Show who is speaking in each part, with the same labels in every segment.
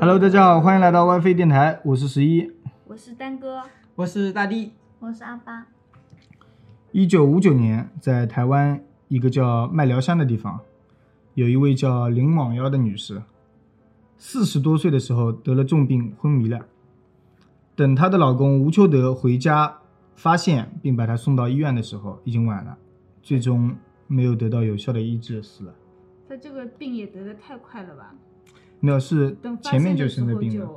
Speaker 1: Hello，大家好，欢迎来到 WiFi 电台，我是十一。
Speaker 2: 我是丹哥，
Speaker 3: 我是大地，
Speaker 2: 我是阿巴，
Speaker 1: 一九五九年，在台湾一个叫麦寮乡的地方，有一位叫林网妖的女士，四十多岁的时候得了重病，昏迷了。等她的老公吴秋德回家发现并把她送到医院的时候，已经晚了，最终没有得到有效的医治，死了。
Speaker 2: 他这个病也得的太快了吧？
Speaker 1: 没有，是
Speaker 2: 等发
Speaker 1: 前面
Speaker 2: 现
Speaker 1: 就
Speaker 2: 的时
Speaker 1: 生
Speaker 2: 候
Speaker 1: 的
Speaker 2: 就
Speaker 1: 病了。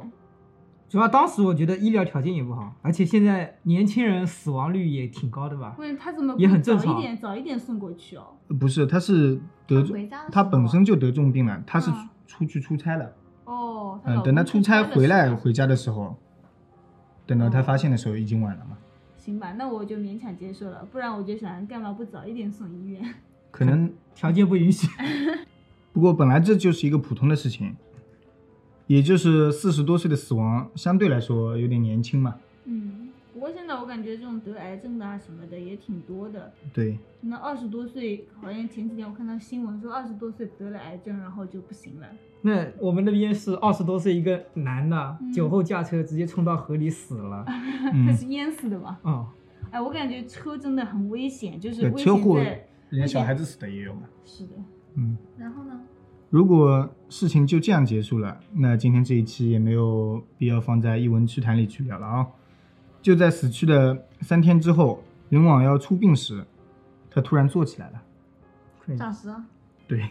Speaker 3: 主要当时我觉得医疗条件也不好，而且现在年轻人死亡率也挺高的吧？
Speaker 2: 问他怎么
Speaker 3: 也
Speaker 2: 不
Speaker 3: 很正
Speaker 2: 早
Speaker 3: 常
Speaker 2: 一点早一点送过去哦？
Speaker 1: 呃不是，她是得
Speaker 2: 她回家的时候
Speaker 1: 她本身就得重病了，她是
Speaker 2: 嗯
Speaker 1: 出去出差了。
Speaker 2: 哦，
Speaker 1: 嗯
Speaker 2: 老，
Speaker 1: 等
Speaker 2: 公
Speaker 1: 他出差回来
Speaker 2: 的时候
Speaker 1: 回家的时候，等到他发现的时候已经晚了嘛，
Speaker 2: 行吧，那我就勉强接受了，不然我就想干嘛不早一点送医院？
Speaker 1: 可能
Speaker 3: 条件不允许。
Speaker 1: 不过本来这就是一个普通的事情，也就是四十多岁的死亡相对来说有点年轻嘛，
Speaker 2: 嗯，不过现在我感觉这种得癌症的啊什么的也挺多的。
Speaker 1: 对，
Speaker 2: 那二十多岁，好像前几天我看到新闻说二十多岁得了癌症，然后就不行了。
Speaker 3: 那我们那边是二十多岁一个男的，
Speaker 2: 嗯啊
Speaker 3: 酒后驾车直接冲到河里死 了。
Speaker 2: 他
Speaker 1: 嗯，
Speaker 2: 是淹死的嘛？
Speaker 3: 哦，
Speaker 2: 哎，我感觉车真的很危险，就是
Speaker 1: 对
Speaker 2: 危
Speaker 1: 车
Speaker 2: 险
Speaker 1: 祸
Speaker 2: 在
Speaker 1: 人家小孩子死的也有嘛，
Speaker 2: 是的。
Speaker 1: 嗯，
Speaker 2: 然后呢？
Speaker 1: 如果事情就这样结束了，那今天这一期也没有必要放在一文趣谈里去聊了啊、就在死去的三天之后，林网要出殡时，他突然坐起来了。
Speaker 3: 可以
Speaker 2: 暂时啊
Speaker 1: 对，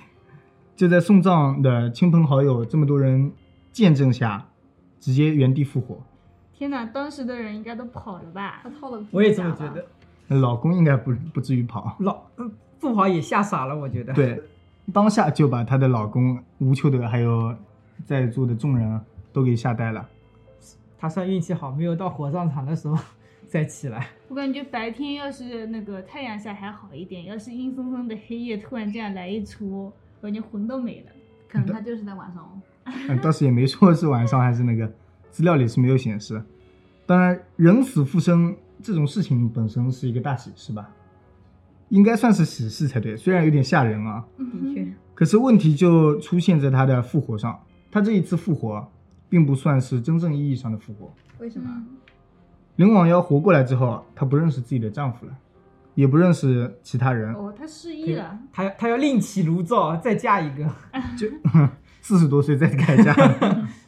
Speaker 1: 就在送葬的亲朋好友这么多人见证下，直接原地复活。
Speaker 2: 天哪，当时的人应该都跑了吧？他套了
Speaker 3: 我也这么觉得。。
Speaker 1: 老公应该不不至于跑，
Speaker 3: 老嗯富豪也吓傻了，我觉得。，
Speaker 1: 对，当下就把她的老公吴秋德还有在座的众人啊都给吓呆了。
Speaker 3: 他算运气好，没有到火葬场的时候 再起来。
Speaker 2: 我感觉白天要是那个太阳下还好一点，要是阴森森的黑夜突然这样来一出，我感觉魂都没了。可能他就是在晚上哦。
Speaker 1: 嗯，当时也没说是晚上还是那个，资料里是没有显示。当然，人死复生这种事情本身是一个大喜事吧，应该算是喜事才对，虽然有点吓人啊。
Speaker 2: 的确，
Speaker 1: 可是问题就出现在他的复活上，他这一次复活，并不算是真正意义上的复活。
Speaker 4: 为什么？
Speaker 2: 嗯
Speaker 1: 林网妖活过来之后，她不认识自己的丈夫了，也不认识其他人，
Speaker 2: 哦，他失忆了。
Speaker 3: 他他要另起炉灶，再嫁一个，
Speaker 1: 就四十多岁再改嫁，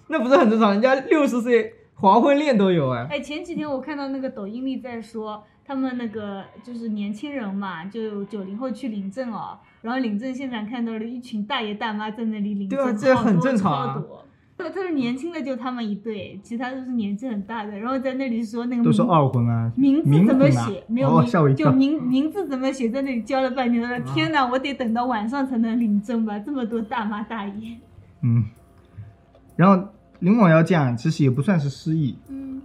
Speaker 3: 那不是很正常？人家六十岁黄昏恋都有哎。
Speaker 2: 哎，前几天我看到那个抖音里在说，他们那个就是年轻人嘛，就九零后去领证哦，然后领证现场看到了一群大爷大妈在那里领证，
Speaker 3: 对啊这
Speaker 2: 好
Speaker 3: 很
Speaker 2: 多
Speaker 3: 正常啊
Speaker 2: 超多。对，他是年轻的就他们一对，其他都是年纪很大的，然后在那里说那个
Speaker 1: 都是
Speaker 2: 名
Speaker 1: 二婚啊，
Speaker 2: 名字怎么
Speaker 1: 冥婚啊
Speaker 2: 写？没有
Speaker 1: 哦，
Speaker 2: 名，
Speaker 1: 吓我一
Speaker 2: 就
Speaker 1: 跳。啊
Speaker 2: 名名字怎么写，在那里教了半天。他说：“天哪，我得等到晚上才能领证吧？这么多大妈大爷。
Speaker 1: 嗯，然后林网妖这样其实也不算是失忆，”
Speaker 2: 嗯，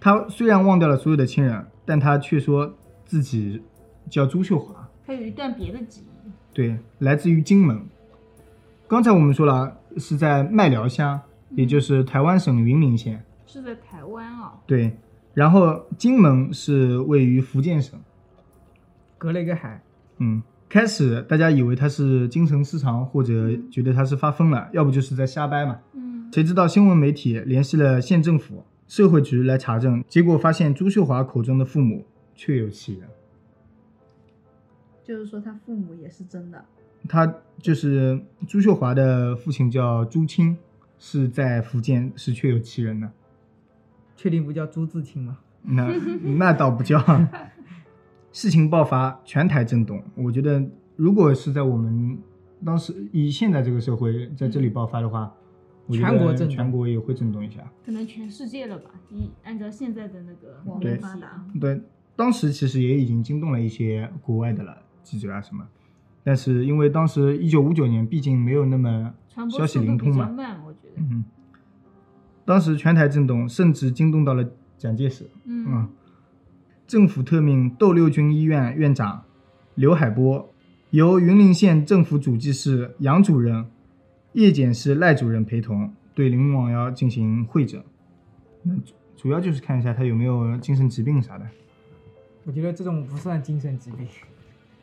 Speaker 1: 她虽然忘掉了所有的亲人，但她却说自己叫朱秀华。
Speaker 2: 他有一段别的记忆。
Speaker 1: 对，来自于金门。刚才我们说了，是在麦寮乡，也就是台湾省云林县。
Speaker 2: 是在台湾哦，
Speaker 1: 对，然后金门是位于福建省。
Speaker 3: 隔了一个海，
Speaker 1: 嗯，开始大家以为他是精神失常，或者觉得他是发疯了，要不就是在瞎掰嘛。
Speaker 2: 嗯，
Speaker 1: 谁知道新闻媒体联系了县政府、社会局来查证，结果发现朱秀华口中的父母确有其人，
Speaker 4: 就是说他父母也是真的，
Speaker 1: 他就是朱秀华的父亲叫朱清，是在福建是确有其人的。
Speaker 3: 确定不叫朱自清吗？
Speaker 1: 那那倒不叫。事情爆发，全台震动。我觉得，如果是在我们当时以现在这个社会在这里爆发的话，我觉得
Speaker 3: 嗯全国震动
Speaker 1: 全国也会震动一下。
Speaker 2: 可能全世界了吧？一按照现在的那个
Speaker 4: 网
Speaker 1: 络
Speaker 2: 联系
Speaker 4: 发达，
Speaker 1: 对，当时其实也已经惊动了一些国外的了记者啊什么，但是因为当时一九五九年，毕竟没有那么
Speaker 2: 传播
Speaker 1: 消息
Speaker 2: 速度
Speaker 1: 灵
Speaker 2: 比
Speaker 1: 通
Speaker 2: 较
Speaker 1: 嘛，
Speaker 2: 慢，我觉得。
Speaker 1: 嗯，当时全台震动，甚至惊动到了蒋介石。嗯
Speaker 2: 嗯，，
Speaker 1: 政府特命斗六军医院院长刘海波，由云林县政府主计室杨主任、夜检师赖主任陪同，对林网妖进行会诊。那主主要就是看一下他有没有精神疾病啥的。
Speaker 3: 我觉得这种不算精神疾病，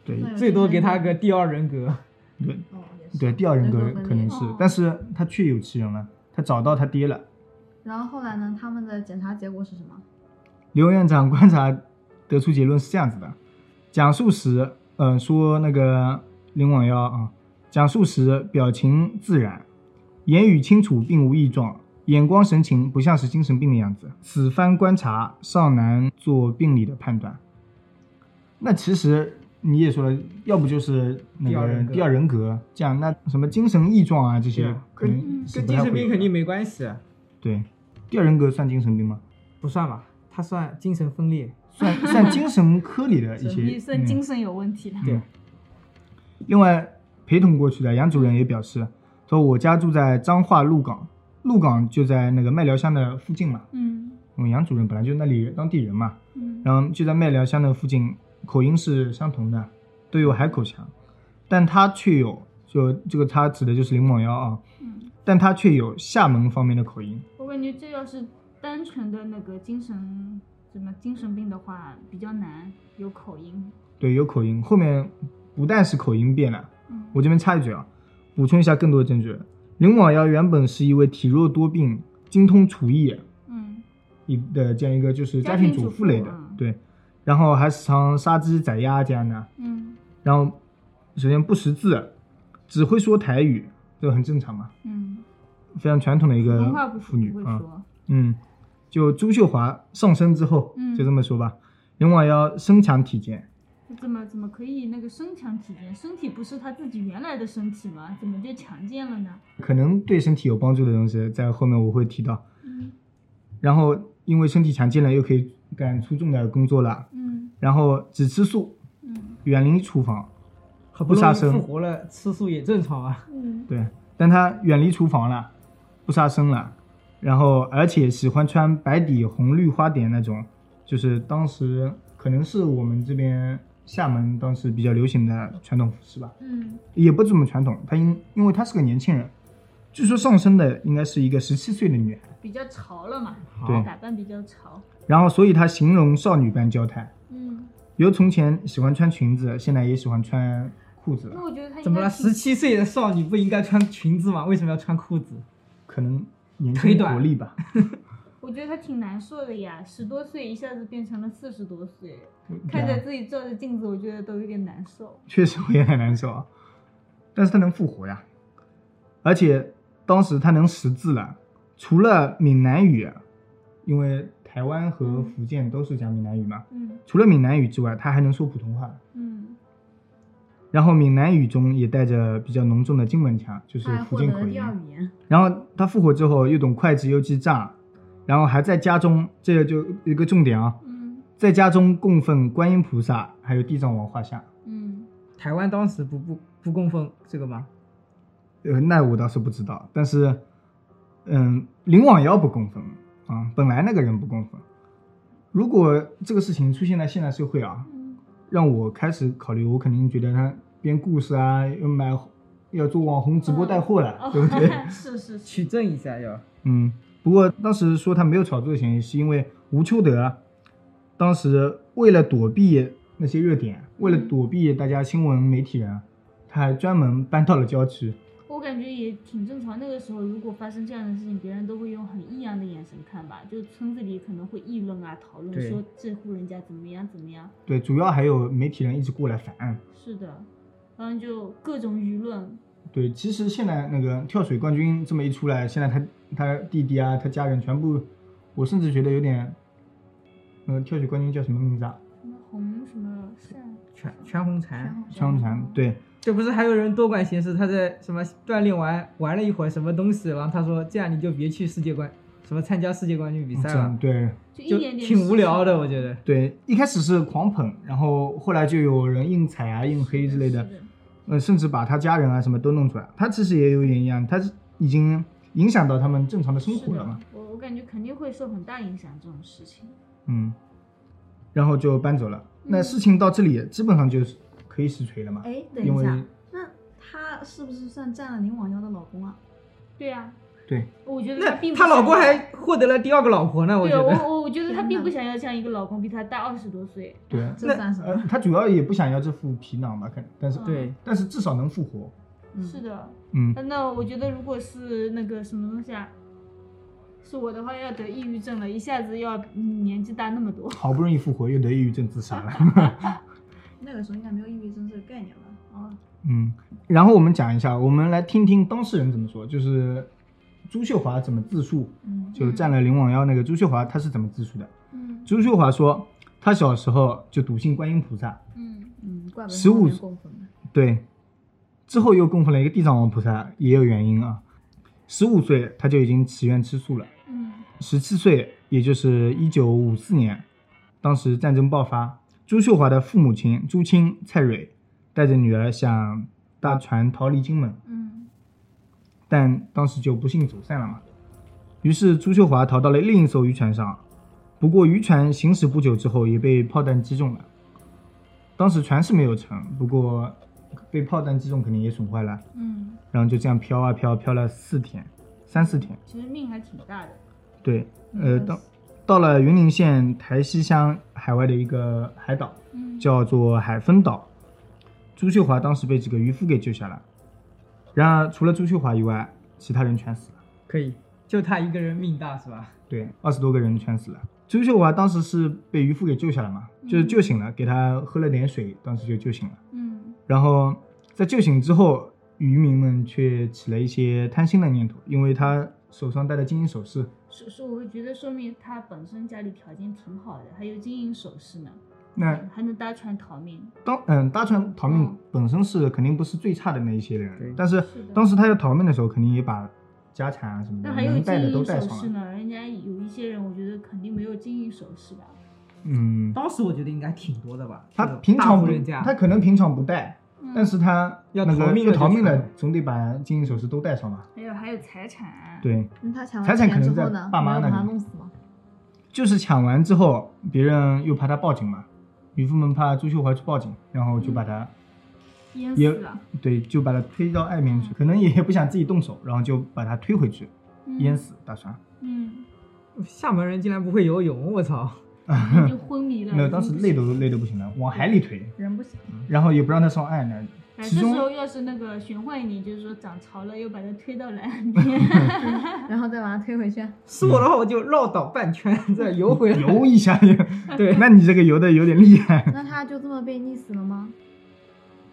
Speaker 1: 对
Speaker 4: 那有
Speaker 3: 最多给他
Speaker 4: 精神
Speaker 3: 个第二人格。
Speaker 1: 对
Speaker 4: 哦，也是
Speaker 1: 对，第二人格
Speaker 4: 人格分裂
Speaker 1: 可能是
Speaker 2: 哦，
Speaker 1: 但是他确有其人了。他找到他爹了。
Speaker 4: 然后后来呢，他们的检查结果是什么？
Speaker 1: 刘院长观察得出结论是这样子的：讲述时，嗯、说那个林网妖啊，讲述时表情自然，言语清楚，并无异状，眼光神情不像是精神病的样子。此番观察尚难做病理的判断。那其实你也说了，要不就是那
Speaker 3: 第二
Speaker 1: 个
Speaker 3: 人格
Speaker 1: 第二人格，这样那什么精神异状啊这
Speaker 3: 对
Speaker 1: 些
Speaker 3: 啊，
Speaker 1: 可能
Speaker 2: 跟
Speaker 1: 是
Speaker 3: 跟
Speaker 1: 不
Speaker 3: 精
Speaker 1: 太
Speaker 3: 神
Speaker 1: 会有
Speaker 3: 病
Speaker 1: 的
Speaker 3: 肯定没关系，啊
Speaker 1: 对。第二人格算精神病吗？
Speaker 3: 不算吧？他算精神分裂。
Speaker 1: 算算精神科里的一些，
Speaker 2: 你算
Speaker 1: 嗯
Speaker 2: 精神有问题了。
Speaker 1: 对。另外，陪同过去的杨主任也表示，说我家住在彰化鹿港，鹿港就在那个麦寮乡的附近嘛。
Speaker 2: 嗯
Speaker 1: 因为杨主任本来就那里当地人嘛，
Speaker 2: 嗯
Speaker 1: 然后就在麦寮乡的附近，口音是相同的，都有海口腔，但他却有，就这个他指的就是林某幺啊，
Speaker 2: 嗯，
Speaker 1: 但他却有厦门方面的口音。
Speaker 2: 我感觉这要是单纯的那个精神什么精神病的话，比较难有口音。
Speaker 1: 对，有口音。后面不但是口音变了，
Speaker 2: 嗯
Speaker 1: 我这边插一句啊，补充一下更多的证据。林广尧原本是一位体弱多病、精通厨艺
Speaker 2: 嗯
Speaker 1: 一的这样一个就是
Speaker 2: 家
Speaker 1: 家庭
Speaker 2: 庭
Speaker 1: 主
Speaker 2: 主
Speaker 1: 妇
Speaker 2: 妇
Speaker 1: 类的
Speaker 2: 嗯，
Speaker 1: 对，然后还时常杀鸡宰鸭这样的，
Speaker 2: 嗯
Speaker 1: 然后首先不识字，只会说台语，这很正常嘛，
Speaker 2: 嗯，
Speaker 1: 非常传统的一个
Speaker 2: 文化不是
Speaker 1: 妇女
Speaker 2: 不会
Speaker 1: 啊。
Speaker 2: 说。
Speaker 1: 嗯，就朱秀华上身之后，
Speaker 2: 嗯
Speaker 1: 就这么说吧。林广尧身强体健，
Speaker 2: 怎么怎么可以那个身强体健？身体不是他自己原来的身体吗？怎么就强健了呢？
Speaker 1: 可能对身体有帮助的东西，在后面我会提到。
Speaker 2: 嗯
Speaker 1: 然后因为身体强健了，又可以干粗重的工作了，
Speaker 2: 嗯
Speaker 1: 然后只吃素，
Speaker 2: 嗯
Speaker 1: 远离厨房，
Speaker 3: 好
Speaker 1: 不
Speaker 3: 不
Speaker 1: 杀
Speaker 3: 容易
Speaker 1: 生
Speaker 3: 复活了，吃素也正常啊。
Speaker 2: 嗯
Speaker 1: 对，但他远离厨房了，不杀生了，然后而且喜欢穿白底红绿花点那种，就是当时可能是我们这边厦门当时比较流行的传统服饰吧，
Speaker 2: 嗯
Speaker 1: 也不怎么传统，他因因为他是个年轻人，据说上身的应该是一个十七岁的女孩，
Speaker 2: 比较潮了嘛，
Speaker 1: 对
Speaker 2: 打扮比较潮。
Speaker 1: 然后所以他形容少女般娇态。
Speaker 2: 嗯，
Speaker 1: 由从前喜欢穿裙子，现在也喜欢穿裤子
Speaker 2: 那
Speaker 1: 了，
Speaker 2: 我觉得他应
Speaker 3: 怎么
Speaker 2: 该
Speaker 3: 了？
Speaker 2: 挺
Speaker 3: 十七岁的少女不应该穿裙子吗？为什么要穿裤子？
Speaker 1: 可能年
Speaker 3: 腿
Speaker 1: 轻
Speaker 3: 短
Speaker 1: 活力吧。
Speaker 2: 我觉得他挺难受的呀，十多岁一下子变成了四十多岁，
Speaker 1: 啊
Speaker 2: 看着自己照着镜子，我觉得都有点难受。
Speaker 1: 确实我也很难受啊，但是他能复活呀，而且当时他能识字了，除了闽南语，因为台湾和福建都是讲闽南语嘛，
Speaker 2: 嗯
Speaker 1: 除了闽南语之外，他还能说普通话。
Speaker 2: 嗯
Speaker 1: 然后闽南语中也带着比较浓重的金门腔，就是
Speaker 4: 他还
Speaker 1: 福
Speaker 4: 获
Speaker 1: 建
Speaker 4: 得
Speaker 1: 口
Speaker 4: 了第
Speaker 1: 音。
Speaker 4: 二语言。
Speaker 1: 然后他复活之后又懂会计又记账，然后还在家中，这个就一个重点啊，
Speaker 2: 嗯
Speaker 1: 在家中供奉观音菩萨，还有地藏王画像。
Speaker 2: 嗯
Speaker 3: 台湾当时不不不供奉这个吗？
Speaker 1: 呃，那我倒是不知道，但是，嗯，林网瑶不供奉啊，本来那个人不供奉。如果这个事情出现在现代社会啊，
Speaker 2: 嗯
Speaker 1: 让我开始考虑，我肯定觉得他编故事啊，要买，要做网红直播带货了，
Speaker 2: 哦
Speaker 1: 对不对？
Speaker 2: 是是是，
Speaker 3: 取证一下要。
Speaker 1: 嗯，不过当时说他没有炒作的嫌疑，是因为吴秋德啊当时为了躲避那些热点，为了
Speaker 2: 嗯
Speaker 1: 躲避大家新闻媒体人啊，他还专门搬到了郊区。
Speaker 2: 我感觉也挺正常。那个时候如果发生这样的事情，别人都会用很异样的眼神看吧，就村子里可能会议论啊、讨论，
Speaker 3: 对
Speaker 2: 说这户人家怎么样怎么样。
Speaker 1: 对，主要还有媒体人一直过来
Speaker 3: 嗯
Speaker 1: 烦。
Speaker 2: 是的，然后就各种舆论。
Speaker 1: 对，其实现在那个跳水冠军这么一出来，现在他他弟弟啊，他家人全部，我甚至觉得有点，呃，跳水冠军叫什么名字啊？
Speaker 2: 什么红什么善
Speaker 3: 全全红婵
Speaker 4: 全，红
Speaker 1: 枪不传。对，
Speaker 3: 这不是还有人多管闲事？他在什么锻炼完玩了一会儿什么东西，然后他说这样你就别去世界冠什么参加世界冠军比赛
Speaker 1: 这样
Speaker 3: 了，
Speaker 1: 嗯对
Speaker 2: 就一
Speaker 3: 就
Speaker 2: 点点
Speaker 3: 挺无聊的，我觉
Speaker 2: 得
Speaker 3: 得。
Speaker 1: 对，一开始是狂捧，然后后来就有人硬踩啊、硬黑之类的，呃，甚至把他家人啊什么都弄出来。他其实也有点一样，他是已经影响到他们正常的生
Speaker 2: 是
Speaker 1: 活了
Speaker 2: 的
Speaker 1: 嘛。，
Speaker 2: 我我感觉肯定会受很大影响这种事情。
Speaker 1: 嗯，然后就搬走了。那
Speaker 2: 嗯
Speaker 1: 事情到这里基本上就是可以实锤了嘛。
Speaker 4: 哎，等
Speaker 1: 因
Speaker 4: 一
Speaker 1: 为
Speaker 4: 下，那他是不是算占了林网妖的老公啊？
Speaker 2: 对啊，
Speaker 1: 对，
Speaker 2: 我觉得
Speaker 3: 那
Speaker 2: 并不
Speaker 3: 她老公
Speaker 2: 想要
Speaker 3: 还获得了第二个老婆呢，我
Speaker 2: 对
Speaker 3: 觉
Speaker 2: 啊我
Speaker 3: 得。
Speaker 2: 我我觉得他
Speaker 4: 天
Speaker 2: 并不
Speaker 4: 哪
Speaker 2: 想要这样一个老公比他大二十多岁。
Speaker 1: 对，
Speaker 4: 这
Speaker 1: 那
Speaker 4: 算什么
Speaker 1: 呃，他主要也不想要这副皮囊吧，可能，但是、
Speaker 2: 嗯
Speaker 3: 对，
Speaker 1: 但是至少能复活。
Speaker 4: 嗯
Speaker 2: 是的，
Speaker 1: 嗯，
Speaker 2: 那我觉得如果是那个什么东西啊，是我的话要得抑郁症了，一下子要嗯年纪大那么多。
Speaker 1: 好不容易复活，又得抑郁症自杀了。
Speaker 4: 那个时候应该没有抑郁症这个概念吧？哦，
Speaker 1: 嗯，然后我们讲一下，我们来听听当事人怎么说，就是朱秀华怎么自述，
Speaker 4: 嗯
Speaker 1: 就占了林网幺那个朱秀华，她是怎么自述的？
Speaker 4: 嗯
Speaker 1: 朱秀华说，她小时候就笃信观音菩萨，
Speaker 2: 嗯
Speaker 4: 嗯，怪不得
Speaker 1: 15
Speaker 4: 后面供奉的
Speaker 1: 对，之后又供奉了一个地藏王菩萨，也有原因啊。十五岁她就已经祈愿吃素了，
Speaker 2: 嗯
Speaker 1: 十七岁，也就是一九五四年，当时战争爆发，朱秀华的父母亲朱清、蔡蕊带着女儿想搭船逃离金门，
Speaker 2: 嗯
Speaker 1: 但当时就不幸走散了嘛。于是朱秀华逃到了另一艘渔船上，不过渔船行驶不久之后也被炮弹击中了。当时船是没有沉，不过被炮弹击中肯定也损坏了，
Speaker 2: 嗯，
Speaker 1: 然后就这样飘啊飘，飘了四天，三四天。
Speaker 2: 其实命还挺大的。
Speaker 1: 对，呃，
Speaker 4: 嗯
Speaker 1: 到到了云林县台西乡海外的一个海岛，
Speaker 2: 嗯
Speaker 1: 叫做海丰岛。朱秀华当时被几个渔夫给救下来，然而除了朱秀华以外，其他人全死了。
Speaker 3: 可以，就他一个人命大是吧？
Speaker 1: 对，二十多个人全死了。朱秀华当时是被渔夫给救下来嘛，就是救醒了，给他喝了点水，当时就救醒了。
Speaker 2: 嗯
Speaker 1: 然后在救醒之后，渔民们却起了一些贪心的念头，因为他手上戴的金银首饰，
Speaker 2: 所所以我会觉得说明他本身家里条件挺好的，还有金银首饰呢，
Speaker 1: 那
Speaker 2: 还能搭船逃命。
Speaker 1: 当嗯搭船逃命
Speaker 2: 嗯
Speaker 1: 本身是肯定不是最差的那一些人
Speaker 3: 对，
Speaker 1: 但是
Speaker 2: 是的
Speaker 1: 当时他要逃命的时候，肯定也把家产啊什么
Speaker 2: 那
Speaker 1: 的
Speaker 2: 还有
Speaker 1: 能带
Speaker 2: 金
Speaker 1: 的都
Speaker 2: 银
Speaker 1: 带
Speaker 2: 首
Speaker 1: 上
Speaker 2: 饰
Speaker 1: 了。
Speaker 2: 呢，人家有一些人我觉得肯定没有金银首饰吧。
Speaker 1: 嗯，
Speaker 3: 当时我觉得应该挺多的吧。
Speaker 1: 他
Speaker 3: 这种
Speaker 1: 平
Speaker 3: 大
Speaker 1: 常
Speaker 3: 户
Speaker 1: 不
Speaker 3: 人家，
Speaker 1: 他可能平常不带，
Speaker 2: 嗯
Speaker 1: 但是他
Speaker 3: 要
Speaker 1: 那个
Speaker 3: 逃命
Speaker 1: 要
Speaker 3: 了
Speaker 1: 逃
Speaker 3: 就
Speaker 1: 命了
Speaker 3: 惨，
Speaker 1: 总得把金银首饰都带上吧。
Speaker 2: 还有还有财产。，啊
Speaker 1: 对，
Speaker 4: 那嗯他抢
Speaker 1: 财
Speaker 4: 完
Speaker 1: 产可
Speaker 4: 钱之
Speaker 1: 能在
Speaker 4: 后呢？
Speaker 1: 爸妈
Speaker 4: 没有
Speaker 1: 那
Speaker 4: 把他
Speaker 1: 里
Speaker 4: 弄死吗？
Speaker 1: 就是抢完之后，别人又怕他报警嘛，渔夫们怕朱秀华去报警，然后就把他，
Speaker 2: 淹
Speaker 1: 也
Speaker 2: 死了，
Speaker 1: 对，就把他推到岸边去，可能也不想自己动手，然后就把他推回去，
Speaker 2: 嗯
Speaker 1: 淹。死打算。
Speaker 2: 嗯，
Speaker 3: 厦门人竟然不会游泳，我操！
Speaker 1: 嗯
Speaker 2: 嗯已经昏迷了。
Speaker 1: 没有，
Speaker 2: 已经
Speaker 1: 当时
Speaker 2: 不
Speaker 1: 累
Speaker 2: 行嗯
Speaker 1: 都累得不行了，往海里推，
Speaker 4: 人不行，
Speaker 1: 然后也不让他上岸 呢。
Speaker 2: 哎，
Speaker 1: 其
Speaker 2: 这时候
Speaker 1: 中，
Speaker 2: 要是那个玄幻一点，就是说涨潮了，又把它推到了岸 边，
Speaker 4: 然后再把他推回去。啊
Speaker 3: 是我的话，我就绕岛半圈再游回来。
Speaker 1: 游一 下也，
Speaker 3: 对
Speaker 1: ，那你这个游的有点厉害。
Speaker 4: 那他就这么被溺死了吗？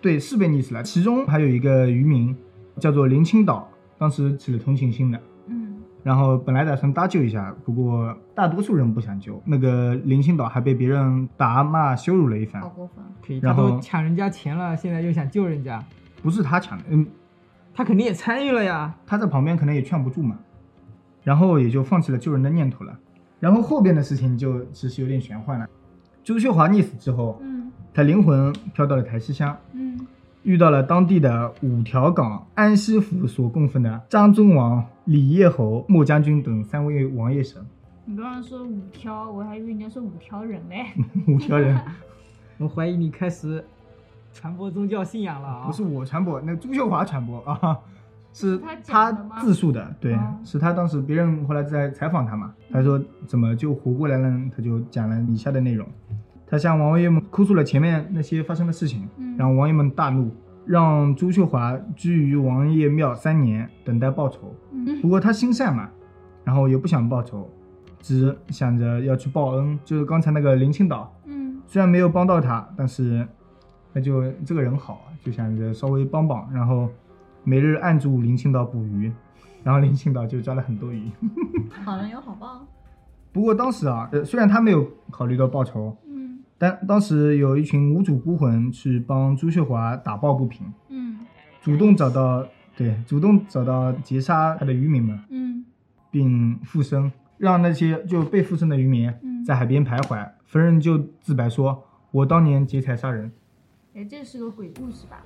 Speaker 1: 对，是被溺死了。其中还有一个渔民叫做林清岛，当时起了同情心的，
Speaker 2: 嗯
Speaker 1: 然后本来打算搭救一下，不过大多数人不想救。那个林清岛还被别人打骂羞辱了一番
Speaker 4: 好，过分！啊
Speaker 3: 可以，他
Speaker 1: 然后
Speaker 3: 都抢人家钱了，现在又想救人家，
Speaker 1: 不是他抢的，嗯，
Speaker 3: 他肯定也参与了呀。
Speaker 1: 他在旁边可能也劝不住嘛，然后也就放弃了救人的念头了。然后后边的事情就其实有点玄幻了。朱秀华溺死之后，
Speaker 2: 嗯
Speaker 1: 他灵魂飘到了台西乡，
Speaker 2: 嗯
Speaker 1: 遇到了当地的五条港安西府所供奉的张尊王、李叶侯、莫将军等三位王爷神，
Speaker 2: 你刚刚说五条，我还以为你要说五条人嘞。
Speaker 1: 五条人。
Speaker 3: 我怀疑你开始传播宗教信仰了啊！
Speaker 1: 不是我传播，那朱秀华传播 啊，是
Speaker 2: 他
Speaker 1: 他
Speaker 2: 讲的吗
Speaker 1: 自述的，对，
Speaker 2: 哦嗯
Speaker 1: 是他当时别人后来在采访他嘛，他说怎么就活过来了呢，他就讲了以下的内容，他向王爷们哭诉了前面那些发生的事情，
Speaker 2: 嗯
Speaker 1: 然后王爷们大怒，让朱秀华居于王爷庙三年，等待报仇。
Speaker 2: 嗯
Speaker 1: 不过他心善嘛，然后也不想报仇，只想着要去报恩，就是刚才那个林清岛，
Speaker 2: 嗯
Speaker 1: 虽然没有帮到他，但是那就这个人好啊，就想着稍微帮帮，然后每日按住林青岛捕鱼，然后林青岛就抓了很多鱼。
Speaker 4: 好人有好报，啊
Speaker 1: 不过当时啊，呃虽然他没有考虑到报仇，
Speaker 2: 嗯
Speaker 1: 但当时有一群无主孤魂去帮朱秀华打抱不平，
Speaker 2: 嗯
Speaker 1: 主动找到对，主动找到劫杀他的渔民们，
Speaker 2: 嗯
Speaker 1: 并附身，让那些就被附身的渔民
Speaker 2: 嗯
Speaker 1: 在海边徘徊。逢人就自白说：“我当年劫财杀人。”
Speaker 2: 哎，这是个鬼故事吧？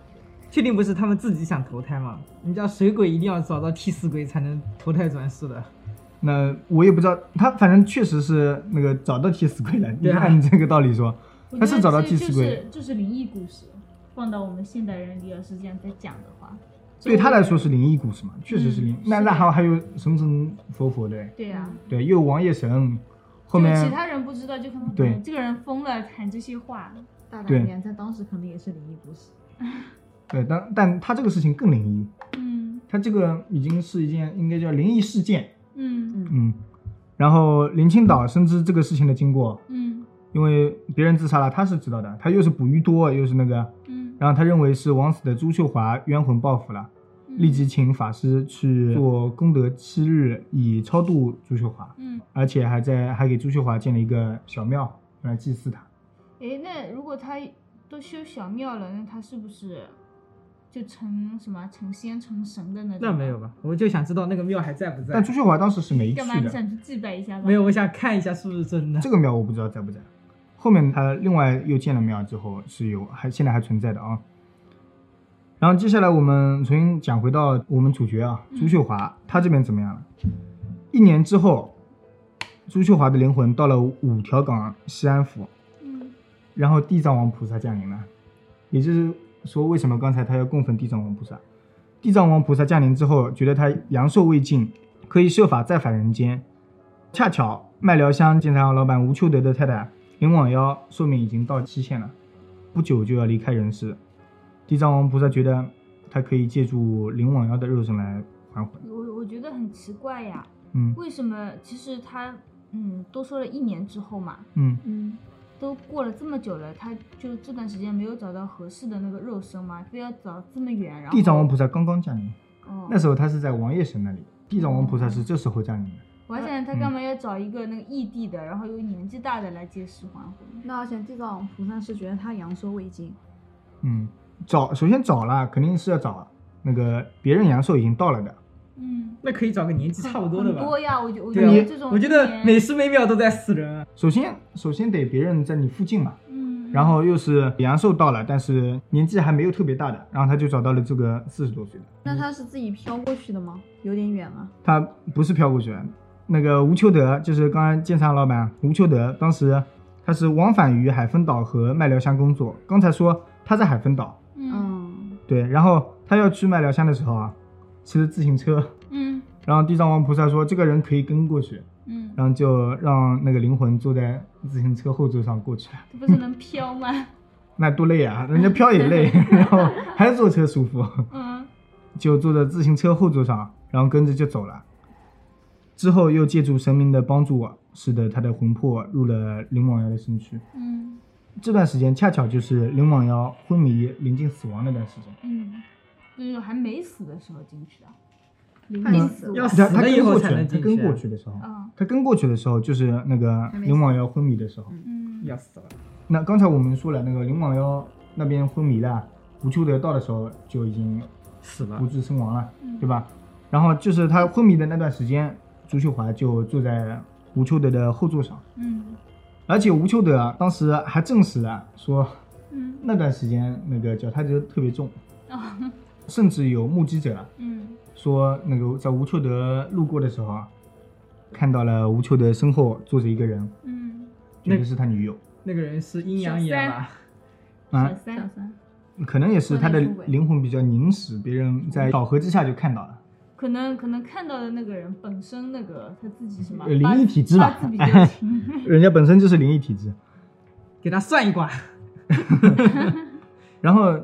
Speaker 3: 确定不是他们自己想投胎吗？人家水鬼一定要找到替死鬼才能投胎转世的。
Speaker 1: 那我也不知道，他反正确实是那个找到替死鬼了。
Speaker 3: 对啊
Speaker 1: 按这个道理说，
Speaker 2: 我
Speaker 1: 他
Speaker 2: 觉
Speaker 1: 是
Speaker 2: 得
Speaker 1: 找到
Speaker 2: 这
Speaker 1: 替死鬼
Speaker 2: 就是就是灵异故事，放到我们现代人里要是这样在讲的话，
Speaker 1: 对他来说是灵异故事嘛，确实是灵。
Speaker 2: 嗯
Speaker 1: 那
Speaker 2: 是
Speaker 1: 那
Speaker 2: 的
Speaker 1: 还还有神神佛佛的，
Speaker 2: 对呀、
Speaker 1: 对，又有王爷神，后
Speaker 2: 就其
Speaker 1: 面
Speaker 2: 他人不知道，就可能
Speaker 1: 对
Speaker 2: 嗯这个人疯了，喊这些话。
Speaker 4: 大
Speaker 1: 对
Speaker 4: 胆点，在当时可能也是灵异故事。
Speaker 1: 对，但但他这个事情更灵异，
Speaker 2: 嗯
Speaker 1: 他这个已经是一件应该叫灵异事件，
Speaker 2: 嗯
Speaker 4: 嗯
Speaker 1: 嗯，然后林清岛深知这个事情的经过，
Speaker 2: 嗯
Speaker 1: 因为别人自杀了，他是知道的。他又是捕鱼多，又是那个，
Speaker 2: 嗯，
Speaker 1: 然后他认为是枉死的朱秀华冤魂报复了，
Speaker 2: 嗯
Speaker 1: 立即请法师去做功德七日，以超度朱秀华，
Speaker 2: 嗯，
Speaker 1: 而且还在还给朱秀华建了一个小庙用来祭祀他。
Speaker 2: 诶，那如果他都修小庙了，那他是不是就成什么成仙成神的那种？
Speaker 3: 那没有吧？我就想知道那个庙还在不在
Speaker 1: 但？朱秀华当时是没
Speaker 2: 干嘛？
Speaker 1: 去
Speaker 2: 你
Speaker 1: 的，
Speaker 2: 想去祭拜一下吧？
Speaker 3: 没有，我想看一下是不是真的
Speaker 1: 这。个庙我不知道在不在。后面他另外又建了庙之后是有还现在还存在的啊。然后接下来我们重新讲回到我们主角啊，
Speaker 2: 嗯
Speaker 1: 朱秀华，他这边怎么样了？一年之后，朱秀华的灵魂到了五条港西安府，
Speaker 2: 嗯
Speaker 1: 然后地藏王菩萨降临了，也就是说，为什么刚才他要供奉地藏王菩萨？地藏王菩萨降临之后，觉得他阳寿未尽，可以设法再返人间。恰巧麦寮乡建材行老板吴秋德的太太林广幺寿命已经到期限了，不久就要离开人世。地藏王菩萨觉得他可以借助林广幺的肉身来还魂。
Speaker 2: 我我觉得很奇怪呀，
Speaker 1: 嗯
Speaker 2: 为什么？其实他嗯，都说了一年之后嘛，
Speaker 1: 嗯，
Speaker 4: 嗯，
Speaker 2: 都过了这么久了，他就这段时间没有找到合适的那个肉身嘛，非要找这么远，然后
Speaker 1: 地藏王菩萨刚刚降临，
Speaker 2: 哦，
Speaker 1: 那时候他是在王爷神那里，地藏王菩萨是这时候降临的。
Speaker 2: 我还想他干嘛要找一个那个异地的，然后又年纪大的来借尸还魂？
Speaker 4: 那而且地藏菩萨是觉得他阳寿未尽，
Speaker 1: 嗯，找首先找了，肯定是要找那个别人阳寿已经到了的。
Speaker 2: 嗯，
Speaker 3: 那可以找个年纪差不多的
Speaker 2: 很
Speaker 3: 吧？
Speaker 2: 多呀，我觉我觉
Speaker 3: 对啊
Speaker 2: 得这种，
Speaker 3: 我觉得每时每秒都在死人啊。
Speaker 1: 首先，首先得别人在你附近嘛，
Speaker 2: 嗯，
Speaker 1: 然后又是阳寿到了，但是年纪还没有特别大的，然后他就找到了这个四十多岁的，
Speaker 4: 那他是自己飘过去的吗？有点远啊。
Speaker 1: 他不是飘过去的，那个吴秋德就是刚才建厂老板吴秋德，当时他是往返于海丰岛和麦寮乡工作。刚才说他在海丰岛，
Speaker 2: 嗯
Speaker 4: 嗯，
Speaker 1: 对，然后他要去麦寮乡的时候啊，骑着自行车，
Speaker 2: 嗯
Speaker 1: 然后地藏王菩萨说这个人可以跟过去，
Speaker 2: 嗯，
Speaker 1: 然后就让那个灵魂坐在自行车后座上过去了，
Speaker 2: 这不是能飘吗？
Speaker 1: 那多累啊！人家飘也 累，然后还坐车舒服，
Speaker 2: 嗯
Speaker 1: 就坐在自行车后座上，然后跟着就走了。之后又借助神明的帮助，使得他的魂魄入了林广瑶的身躯。
Speaker 2: 嗯
Speaker 1: 这段时间恰巧就是林广瑶昏迷临近死亡那段时间，
Speaker 2: 嗯，就是还没死的时候进去的，临
Speaker 4: 怕你
Speaker 2: 近
Speaker 4: 死
Speaker 2: 死
Speaker 4: 了
Speaker 3: 要
Speaker 2: 亡，
Speaker 1: 他他
Speaker 3: 死了以
Speaker 1: 跟
Speaker 3: 后
Speaker 1: 过去
Speaker 3: 才能，
Speaker 1: 他
Speaker 3: 进去啊
Speaker 1: 跟过去的时候，
Speaker 2: 嗯
Speaker 1: 他跟过去的时候就是那个
Speaker 4: 还没死
Speaker 1: 林广瑶昏迷的时候。
Speaker 2: 嗯，
Speaker 3: 要死了。
Speaker 1: 那刚才我们说了，那个林广幺那边昏迷了，吴秋德到的时候就已经
Speaker 3: 死了
Speaker 1: 不治身亡了，
Speaker 2: 嗯
Speaker 1: 对？吧？然后就是他昏迷的那段时间，朱秀华就坐在吴秋德的后座上，
Speaker 2: 嗯
Speaker 1: 而且吴秋德啊，当时还证实了说
Speaker 2: 嗯
Speaker 1: 那段时间那个脚踏车特别重，
Speaker 2: 哦
Speaker 1: 甚至有目击者啊
Speaker 2: 嗯
Speaker 1: 说那个在吴秋德路过的时候啊，看到了吴秋德身后坐着一个人，
Speaker 2: 嗯，
Speaker 1: 觉得
Speaker 3: 那
Speaker 1: 是他女友，
Speaker 3: 那个人是阴阳眼吧？
Speaker 1: 啊
Speaker 2: 小
Speaker 4: 小
Speaker 2: 三。
Speaker 4: 三，
Speaker 1: 可能也是他的
Speaker 4: 婚内出轨
Speaker 1: 灵魂比较凝实，别人在巧合之下就看到了。
Speaker 2: 可能可能看到的那个人本身那个他自己什么
Speaker 1: 呃灵异体质吧
Speaker 2: 八字比较
Speaker 3: 嗯
Speaker 2: 轻，
Speaker 1: 人家本身就是灵异体质。
Speaker 3: 给他算一卦。
Speaker 1: 然后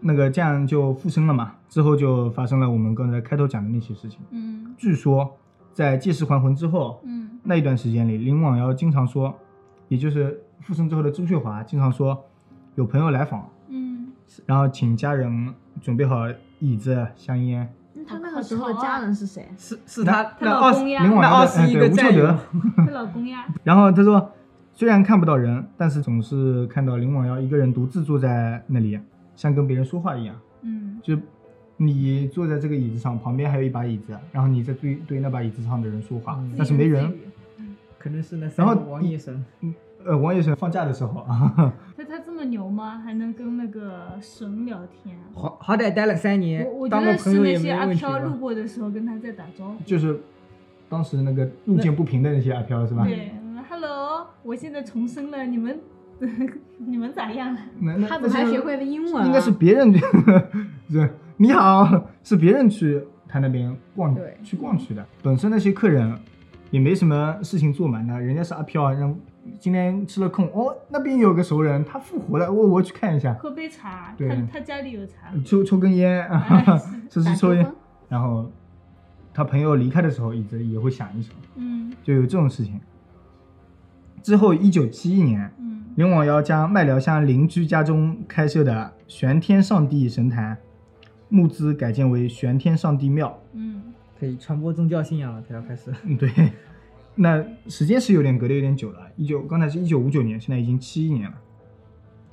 Speaker 1: 那个这样就附身了嘛，之后就发生了我们刚才开头讲的那些事情。
Speaker 2: 嗯
Speaker 1: 据说在借尸还魂之后，
Speaker 2: 嗯
Speaker 1: 那一段时间里，林广瑶经常说，也就是附身之后的朱秀华经常说，有朋友来访，
Speaker 2: 嗯，
Speaker 1: 然后请家人准备好椅子、啊香烟。
Speaker 4: 那他那个时候的家人是谁？
Speaker 3: 是是他那
Speaker 2: 老
Speaker 3: 二十
Speaker 2: 公呀
Speaker 1: 林广
Speaker 3: 那
Speaker 1: 瑶
Speaker 3: 二
Speaker 1: 的
Speaker 3: 十
Speaker 1: 哎
Speaker 3: 一个
Speaker 1: 对吴
Speaker 3: 战
Speaker 1: 秀
Speaker 3: 友
Speaker 1: 德，，
Speaker 2: 她老公呀，
Speaker 1: 然后他说，虽然看不到人，但是总是看到林广瑶一个人独自坐在那里，像跟别人说话一样。
Speaker 2: 嗯
Speaker 1: 就你坐在这个椅子上，旁边还有一把椅子，然后你在对对那把椅子上的人说话，
Speaker 3: 嗯
Speaker 1: 但是没人。
Speaker 3: 可能是那三个
Speaker 1: 然后
Speaker 3: 王爷神。
Speaker 1: 呃，王爷神放假的时候 啊，
Speaker 2: 他他这么牛吗？还能跟那个神聊天？
Speaker 3: 好好歹待了三年
Speaker 2: 我我，觉
Speaker 3: 当个
Speaker 2: 得
Speaker 3: 朋
Speaker 2: 是
Speaker 3: 友
Speaker 2: 那
Speaker 3: 也
Speaker 2: 些
Speaker 3: 没
Speaker 2: 阿
Speaker 3: 问题
Speaker 2: 飘路
Speaker 3: 吧？
Speaker 2: 过的时候跟他在打招呼，
Speaker 1: 就是当时那个路见不平的那些阿飘是吧？
Speaker 2: 对嗯，Hello，我现在重生了，你们 你们咋样了？
Speaker 1: 那那
Speaker 4: 他
Speaker 1: 那
Speaker 4: 怎么还
Speaker 1: 是
Speaker 4: 学会了英文啊？
Speaker 1: 应该是别人 是你好，是别人去他那边逛
Speaker 4: 对
Speaker 1: 去逛去的。本身那些客人也没什么事情做嘛，那人家是阿飘，让今天吃了空哦，那边有个熟人他复活了，我我去看一下，
Speaker 2: 喝杯茶，
Speaker 1: 对呃
Speaker 2: 他他家里有茶，
Speaker 1: 抽抽根烟，
Speaker 2: 哎
Speaker 1: 吃
Speaker 4: 打
Speaker 1: 吃
Speaker 4: 结
Speaker 1: 抽
Speaker 4: 婚
Speaker 1: 烟，然后他朋友离开的时候，椅子也会响一声，
Speaker 2: 嗯
Speaker 1: 就有这种事情。之后，一九七一年，
Speaker 2: 嗯
Speaker 1: 林广尧将麦寮乡邻居家中开设的玄天上帝神坛募资改建为玄天上帝庙。
Speaker 2: 嗯
Speaker 3: 可以传播宗教信仰了，他要开始。
Speaker 1: 嗯，对。那时间是有点隔得有点久了，一九刚才是一九五九年，现在已经七一年了。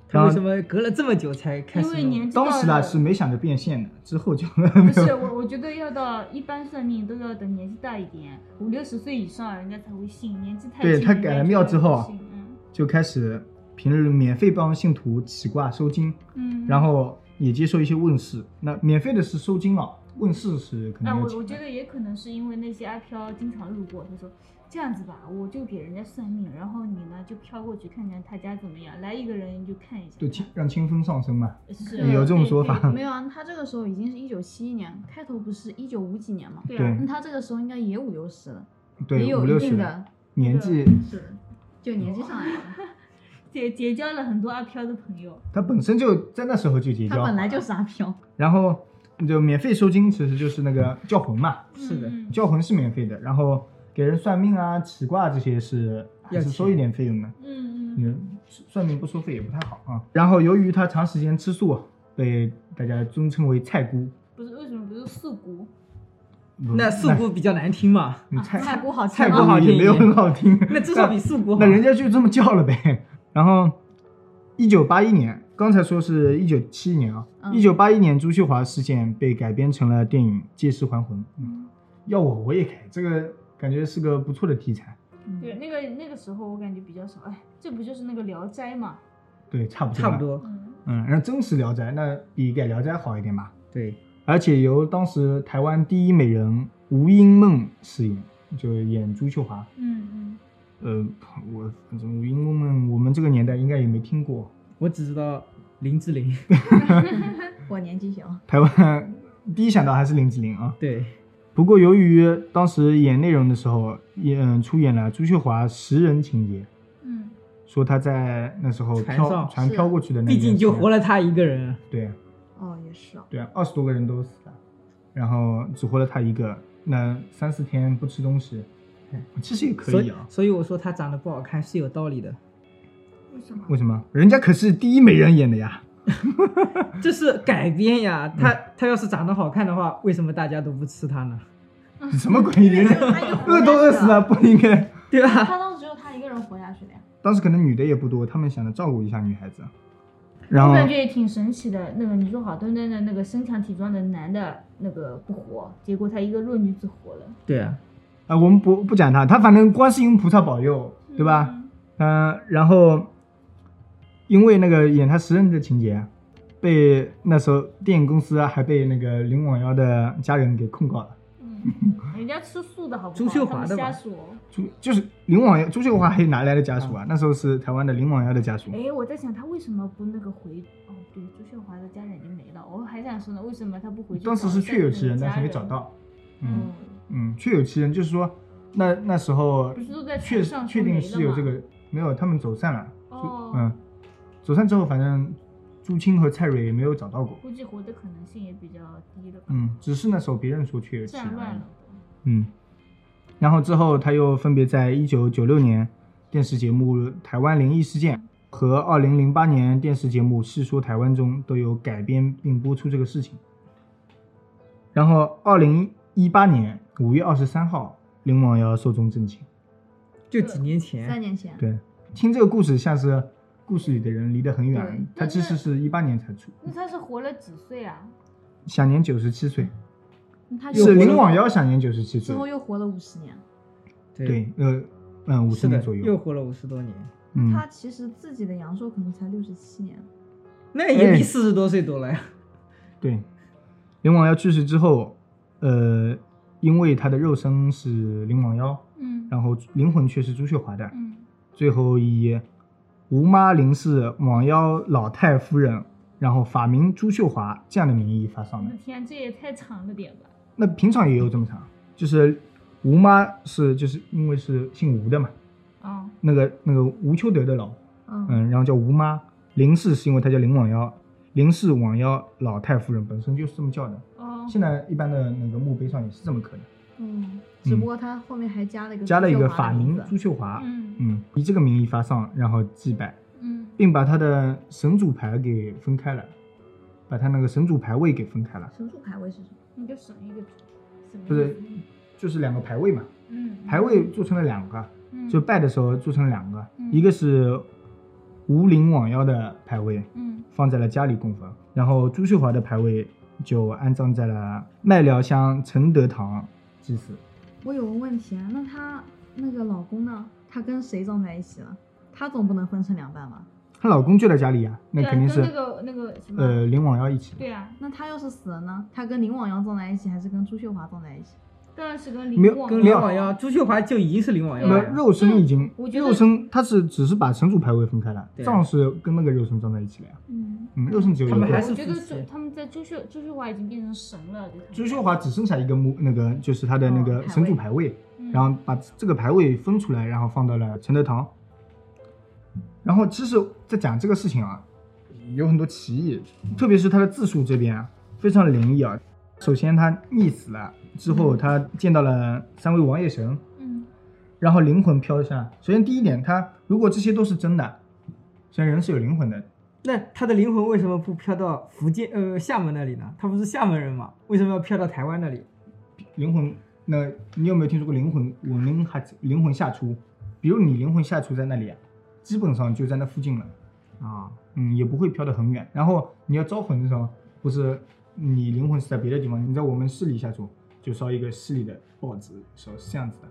Speaker 3: 他
Speaker 1: 当
Speaker 3: 为什么隔了这么久才开始
Speaker 2: 因
Speaker 3: 弄？
Speaker 2: 为年纪到
Speaker 1: 当时呢
Speaker 2: 了
Speaker 1: 是没想着变现的，之后就
Speaker 2: 不是我，我觉得要到一般算命都要等年纪大一点，五六十岁以上人家才会信，年纪太
Speaker 1: 对
Speaker 2: 轻
Speaker 1: 他
Speaker 2: 人家
Speaker 1: 改了
Speaker 2: 就
Speaker 1: 庙
Speaker 2: 不
Speaker 1: 之后啊
Speaker 2: 信嗯
Speaker 1: 就开始平日免费帮信徒起卦收金，
Speaker 2: 嗯，
Speaker 1: 然后也接受一些问世。那免费的是收金啊，问世是肯定
Speaker 2: 啊，
Speaker 1: 要
Speaker 2: 我
Speaker 1: 钱
Speaker 2: 我觉得也可能是因为那些阿飘经常路过，他说这样子吧，我就给人家算命，然后你呢就飘过去看看他家怎么样，来一个人你就看一下。
Speaker 1: 对清让清风上升嘛。
Speaker 2: 是啊
Speaker 1: 有这种说法
Speaker 2: 对
Speaker 4: 没有啊，他这个时候已经是一九七一年，开头不是一九五几年嘛？
Speaker 2: 对
Speaker 1: 对
Speaker 2: 啊，
Speaker 4: 那他这个时候应该也五六十了，也
Speaker 1: 对，五
Speaker 4: 有
Speaker 1: 六
Speaker 4: 一
Speaker 1: 十
Speaker 4: 定的
Speaker 1: 年纪，
Speaker 4: 是的，就年纪上来了。
Speaker 2: 结结交了很多阿飘的朋友。
Speaker 1: 他本身就在那时候就结交
Speaker 4: 他
Speaker 1: 好了，
Speaker 4: 本来就是阿 飘，
Speaker 1: 然后就免费收金，其实就是那个叫魂嘛。
Speaker 3: 是的
Speaker 2: 嗯
Speaker 1: 叫魂是免费的，然后给人算命啊、起卦这些是还
Speaker 3: 要
Speaker 1: 是
Speaker 3: 钱
Speaker 1: 收一点费用的。
Speaker 2: 嗯嗯
Speaker 1: 嗯，算命不收费也不太好啊。然后由于他长时间吃素，被大家尊称为菜姑。
Speaker 2: 不是为什么不是素骨？
Speaker 1: 嗯
Speaker 3: 那素姑比较难听嘛，
Speaker 1: 嗯
Speaker 2: 啊
Speaker 1: 菜
Speaker 4: 菜姑好听
Speaker 1: 菜
Speaker 3: 姑
Speaker 4: 吗？
Speaker 1: 姑
Speaker 3: 好听
Speaker 1: 也
Speaker 3: 一
Speaker 1: 没有
Speaker 3: 点
Speaker 1: 很好听，
Speaker 3: 那至少比素姑好。
Speaker 1: 那人家就这么叫了呗。 然后，一九八一年，刚才说是一九七一年啊，
Speaker 4: 嗯
Speaker 1: 一九八一年朱旭华事件被改编成了电影《借尸还魂》。
Speaker 2: 嗯，
Speaker 1: 要我我也改，这个感觉是个不错的题材。
Speaker 4: 嗯
Speaker 2: 对，那个那个时候我感觉比较少，哎，这不就是那个《聊斋》嘛？
Speaker 1: 对，差不多。
Speaker 3: 差不。多。
Speaker 2: 嗯
Speaker 1: 嗯，然后真实《聊斋》那比改《聊斋》好一点吧，
Speaker 3: 对，
Speaker 1: 而且由当时台湾第一美人吴英梦饰演，就演朱秀华。
Speaker 2: 嗯
Speaker 1: 呃，我反正吴英梦我们这个年代应该也没听过。
Speaker 3: 我只知道林志 玲。
Speaker 4: 我年纪小，
Speaker 1: 台湾第一想到还是林志玲啊。
Speaker 3: 对，
Speaker 1: 不过由于当时演内容的时候，演出演了朱秀华食人情节，
Speaker 2: 嗯
Speaker 1: 说她在那时候
Speaker 3: 船
Speaker 1: 飘
Speaker 3: 上
Speaker 1: 船
Speaker 4: 是
Speaker 1: 飘过去的那，
Speaker 3: 毕竟就活
Speaker 1: 了。
Speaker 3: 了她一个人。啊
Speaker 1: 对，
Speaker 4: 哦，也是哦，
Speaker 1: 对啊，二十多个人都死了，然后只活了他一个，那三四天不吃东西，哎其实也可
Speaker 3: 所
Speaker 1: 以
Speaker 3: 以
Speaker 1: 啊，。
Speaker 3: 所以我说她长得不好看是有道理的，
Speaker 2: 嗯，为什么？
Speaker 1: 为什么？人家可是第一美人演的呀。
Speaker 3: 这是改编呀。她她要是长得好看的话，为什么大家都不吃她呢？
Speaker 1: 什么鬼？人家
Speaker 4: 他就活
Speaker 1: 饿都饿死了，
Speaker 4: 下去，
Speaker 1: 不应该。
Speaker 3: 对吧？
Speaker 4: 他当时只有他一个人活下去的呀。
Speaker 1: 当时可能女的也不多，他们想着照顾一下女孩子，然
Speaker 2: 我
Speaker 1: 后
Speaker 2: 感觉也挺神奇的。那个你说好端端的那个身强体壮的男的，那个不活，结果他一个弱女子活了，
Speaker 3: 对啊，
Speaker 1: 啊，我们不不讲他，他反正观世音菩萨保佑，对吧？嗯、然后因为那个演他食人的情节，被那时候电影公司啊还被那个林广尧的家人给控告了。
Speaker 2: 嗯？人家吃素的好不好？
Speaker 3: 朱秀华
Speaker 2: 他
Speaker 3: 的吧
Speaker 2: 们瞎说。
Speaker 1: 朱就是林广尧，朱秀华还哪来的家属啊？那时候是台湾的林广尧的家属。
Speaker 2: 嗯哎，我在想他为什么不那个回？哦，对，朱秀华的家人已经没了，我还想说呢，为什么他不回去？
Speaker 1: 当时是确有其人，但是没找。到。嗯
Speaker 2: 嗯，
Speaker 1: 嗯，确有其人，就是说那那时候
Speaker 2: 不是都在
Speaker 1: 确
Speaker 2: 船上
Speaker 1: 确
Speaker 2: 都
Speaker 1: 定
Speaker 2: 没
Speaker 1: 是
Speaker 2: 了
Speaker 1: 有
Speaker 2: 吗
Speaker 1: 这个，没有他们走散了。
Speaker 2: 哦
Speaker 1: 嗯，走散之后，反正朱青和蔡蕊也没有找到过。
Speaker 2: 估计活的可能性也比较低了吧。
Speaker 1: 嗯，啊只是那时候别人说确有其人
Speaker 2: 战。乱了。
Speaker 1: 嗯，然后之后他又分别在一九九六年电视节目《台湾灵异事件》和二零零八年电视节目《细说台湾》中都有改编并播出这个事情。然后二零一八年五月二十三号，林广尧寿终正寝。
Speaker 3: 就几年前。
Speaker 4: 三年前，
Speaker 1: 对，听这个故事像是故事里的人离得很
Speaker 4: 对
Speaker 1: 远，他
Speaker 2: 但
Speaker 1: 其实
Speaker 2: 是
Speaker 1: 是一八年才出，
Speaker 2: 那他是活了几岁啊？
Speaker 1: 享年九十七岁，
Speaker 4: 他就是活了
Speaker 1: 林广尧享年九十七
Speaker 4: 之
Speaker 1: 岁。
Speaker 4: 后又活了五十年。
Speaker 1: 对，呃，嗯，五十
Speaker 3: 是的
Speaker 1: 年左，
Speaker 3: 又
Speaker 1: 右。
Speaker 3: 活了五十多年，
Speaker 1: 嗯，
Speaker 4: 他其实自己的阳寿可能才六十七年，
Speaker 3: 那也
Speaker 1: 哎
Speaker 3: 比四十多岁多了呀。
Speaker 1: 对，林广尧去世之后，呃，因为他的肉身是林广尧，
Speaker 2: 嗯
Speaker 1: 然后灵魂却是朱秀华的，
Speaker 2: 嗯
Speaker 1: 最后以吴妈林氏广尧老太夫人，然后法名朱秀华这样的名义发
Speaker 2: 我
Speaker 1: 上的
Speaker 2: 的。嗯天，这也太长了点吧？
Speaker 1: 那平常也有这么长，就是吴妈是就是因为是姓吴的嘛，
Speaker 2: 啊，
Speaker 1: 那个那个吴秋德的老，
Speaker 4: 嗯，
Speaker 1: 嗯，然后叫吴妈。林氏是因为她叫林广尧，林氏广尧老太夫人本身就是这么叫的。
Speaker 2: 哦，
Speaker 1: 现在一般的那个墓碑上也是这么刻的。
Speaker 4: 嗯，只不过他后面还加了一个
Speaker 1: 加了一个
Speaker 4: 朱秀华
Speaker 1: 法
Speaker 4: 的
Speaker 1: 名
Speaker 4: 名字
Speaker 1: 朱秀华，
Speaker 2: 嗯
Speaker 1: 嗯，以这个名义发丧，然后祭拜，
Speaker 2: 嗯
Speaker 1: 并把他的神主牌给分开了，把他那个神主牌位给分开了，
Speaker 4: 神主牌位是什么？
Speaker 2: 你就省一个什么
Speaker 1: 不是
Speaker 2: 意思
Speaker 1: 就是两个牌位嘛，
Speaker 2: 嗯
Speaker 1: 牌位做成了两个，
Speaker 2: 嗯
Speaker 1: 就拜的时候做成两个，
Speaker 2: 嗯
Speaker 1: 一个是无灵罔腰的牌位，
Speaker 2: 嗯
Speaker 1: 放在了家里供奉，然后朱秀华的牌位就安葬在了麦寮乡承德堂祭祀。
Speaker 4: 我有个问题啊，那她那个老公呢？她跟谁葬在一起了？她总不能分成两半吧？
Speaker 1: 她老公就在家里呀、那
Speaker 2: 对啊
Speaker 1: 肯定是、
Speaker 2: 跟那个那个什么
Speaker 1: 呃林罔腰一起的，
Speaker 2: 对啊，
Speaker 4: 那她要是死了呢？她跟林网瑶葬在一起，还是跟朱秀华葬在一起？
Speaker 2: 当然是跟
Speaker 1: 没有
Speaker 2: 王
Speaker 3: 跟
Speaker 1: 没
Speaker 3: 林
Speaker 1: 有
Speaker 3: 网腰，朱秀华就已经是林网腰
Speaker 1: 那么
Speaker 3: 了呀。
Speaker 1: 肉身已经
Speaker 2: 我觉得
Speaker 1: 肉身，他是只是把神主牌位分开了，
Speaker 3: 对
Speaker 1: 葬是跟那个肉身葬在一起了呀。
Speaker 2: 嗯，
Speaker 1: 嗯，肉身只有一
Speaker 3: 他们还
Speaker 1: 个。
Speaker 3: 是
Speaker 2: 我觉得
Speaker 3: 夫
Speaker 2: 朱
Speaker 3: 妻
Speaker 2: 他们在朱秀朱秀华已经变成神了，对他们
Speaker 1: 朱秀华只剩下一个木，那个就是他的那
Speaker 4: 哦
Speaker 1: 个
Speaker 4: 牌位
Speaker 1: 神主牌位，
Speaker 2: 嗯
Speaker 1: 然后把这个牌位分出来，然后放到了承德堂。然后其实，在讲这个事情啊，有很多歧义，特别是他的自述这边啊，非常灵异啊。首先他溺死了之后，他见到了三位王爷神，
Speaker 2: 嗯
Speaker 1: 然后灵魂飘下。首先第一点，他如果这些都是真的，首先人是有灵魂的，
Speaker 3: 那他的灵魂为什么不飘到福建呃厦门那里呢？他不是厦门人吗？为什么要飘到台湾那里？
Speaker 1: 灵魂。那你有没有听说过灵魂？我灵还灵魂下出，比如你灵魂下出在那里啊，基本上就在那附近了，
Speaker 3: 啊，
Speaker 1: 嗯，也不会飘得很远。然后你要招魂的时候，不是你灵魂是在别的地方，你在我们市里下出，就烧一个市里的报纸，烧是这样子的。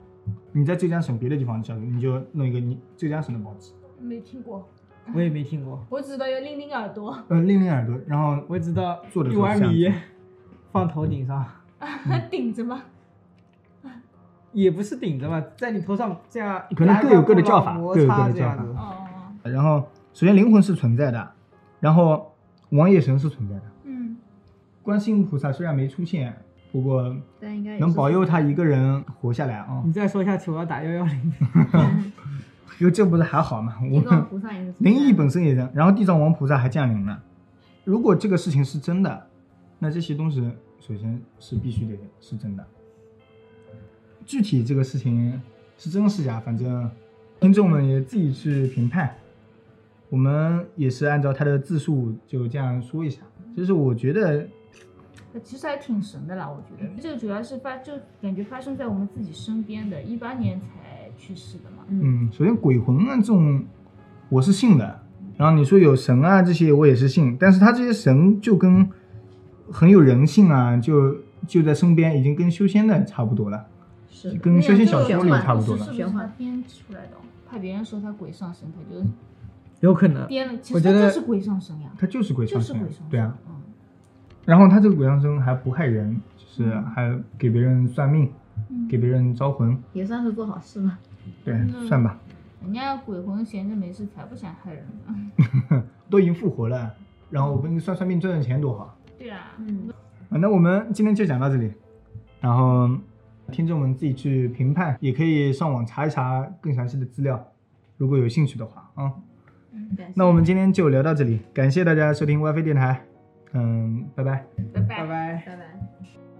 Speaker 1: 你在浙江省别的地方下出，你就弄一个你浙江省的报纸，
Speaker 2: 没听过，
Speaker 3: 我也没听过，
Speaker 2: 我只知道要拎拎耳朵，
Speaker 1: 呃，拎拎耳朵，然后
Speaker 3: 我只知道
Speaker 1: 做的
Speaker 3: 一
Speaker 1: 时候
Speaker 3: 碗
Speaker 1: 是这
Speaker 3: 米
Speaker 1: 样
Speaker 3: 放头顶上，
Speaker 1: 嗯
Speaker 2: 顶着嘛，
Speaker 3: 也不是顶着吧，在你头上这样，
Speaker 1: 可能各有各的叫法
Speaker 3: 摩
Speaker 1: 各有
Speaker 3: 擦
Speaker 1: 各的
Speaker 3: 这
Speaker 1: 叫
Speaker 3: 样
Speaker 1: 法
Speaker 3: 子。
Speaker 2: 哦，
Speaker 1: 然后首先灵魂是存在的，然后王爷神是存在的。
Speaker 2: 嗯
Speaker 1: 观世音菩萨虽然没出现，不过
Speaker 4: 但应该也
Speaker 1: 能
Speaker 4: 是
Speaker 1: 保佑他一个人活下来啊、
Speaker 3: 你再说下去，我要打幺幺零。
Speaker 1: 因为这不是还好吗？我
Speaker 4: 地藏
Speaker 1: 们
Speaker 4: 菩萨也是存在的
Speaker 1: 灵异本身也是，然后地藏王菩萨还降临了。如果这个事情是真的，那这些东西首先是必须得是真的。具体这个事情是真是假，反正听众们也自己去评判。我们也是按照他的自述就这样说一下。就是我觉得
Speaker 2: 其实还挺神的啦，我觉
Speaker 1: 嗯
Speaker 2: 得这个主要是发，就感觉发生在我们自己身边的，一八年才去世的嘛。
Speaker 4: 嗯
Speaker 1: 嗯，首先鬼魂啊这种，我是信的。然后你说有神啊这些，我也是信。但是他这些神就跟很有人性啊，就就在身边，已经跟修仙的差不多了，
Speaker 4: 是的
Speaker 1: 跟修仙小说里
Speaker 4: 那样就
Speaker 1: 差不多
Speaker 2: 是
Speaker 1: 了
Speaker 2: 是。不是他编出来的哦？怕别人说他鬼上身，他就
Speaker 3: 有可能，
Speaker 2: 编了。其
Speaker 3: 我
Speaker 2: 实
Speaker 3: 觉
Speaker 2: 他
Speaker 3: 得
Speaker 2: 就是鬼上身呀，
Speaker 1: 他就是鬼
Speaker 2: 就
Speaker 1: 上
Speaker 2: 是
Speaker 1: 身
Speaker 2: 鬼上身。，
Speaker 1: 对啊。
Speaker 2: 嗯
Speaker 1: 然后他这个鬼上身还不害人，就是还给别人算命，
Speaker 2: 嗯，
Speaker 1: 给别人招魂，
Speaker 4: 也算是做好事吧。
Speaker 1: 对，
Speaker 2: 嗯
Speaker 1: 算吧，
Speaker 2: 人家鬼魂闲着没事才不想害人呢。
Speaker 1: 都已经复活了，然后我给你算算命赚赚钱多好。
Speaker 2: 对啊，
Speaker 4: 嗯，
Speaker 1: 啊，那我们今天就讲到这里，然后听众们自己去评判，也可以上网查一查更详细的资料，如果有兴趣的话啊、
Speaker 4: 感谢
Speaker 1: 那我们今天就聊到这里，感谢大家收听 WiFi 电台，嗯，拜拜。
Speaker 2: 拜拜
Speaker 3: 拜。拜。
Speaker 4: 拜拜。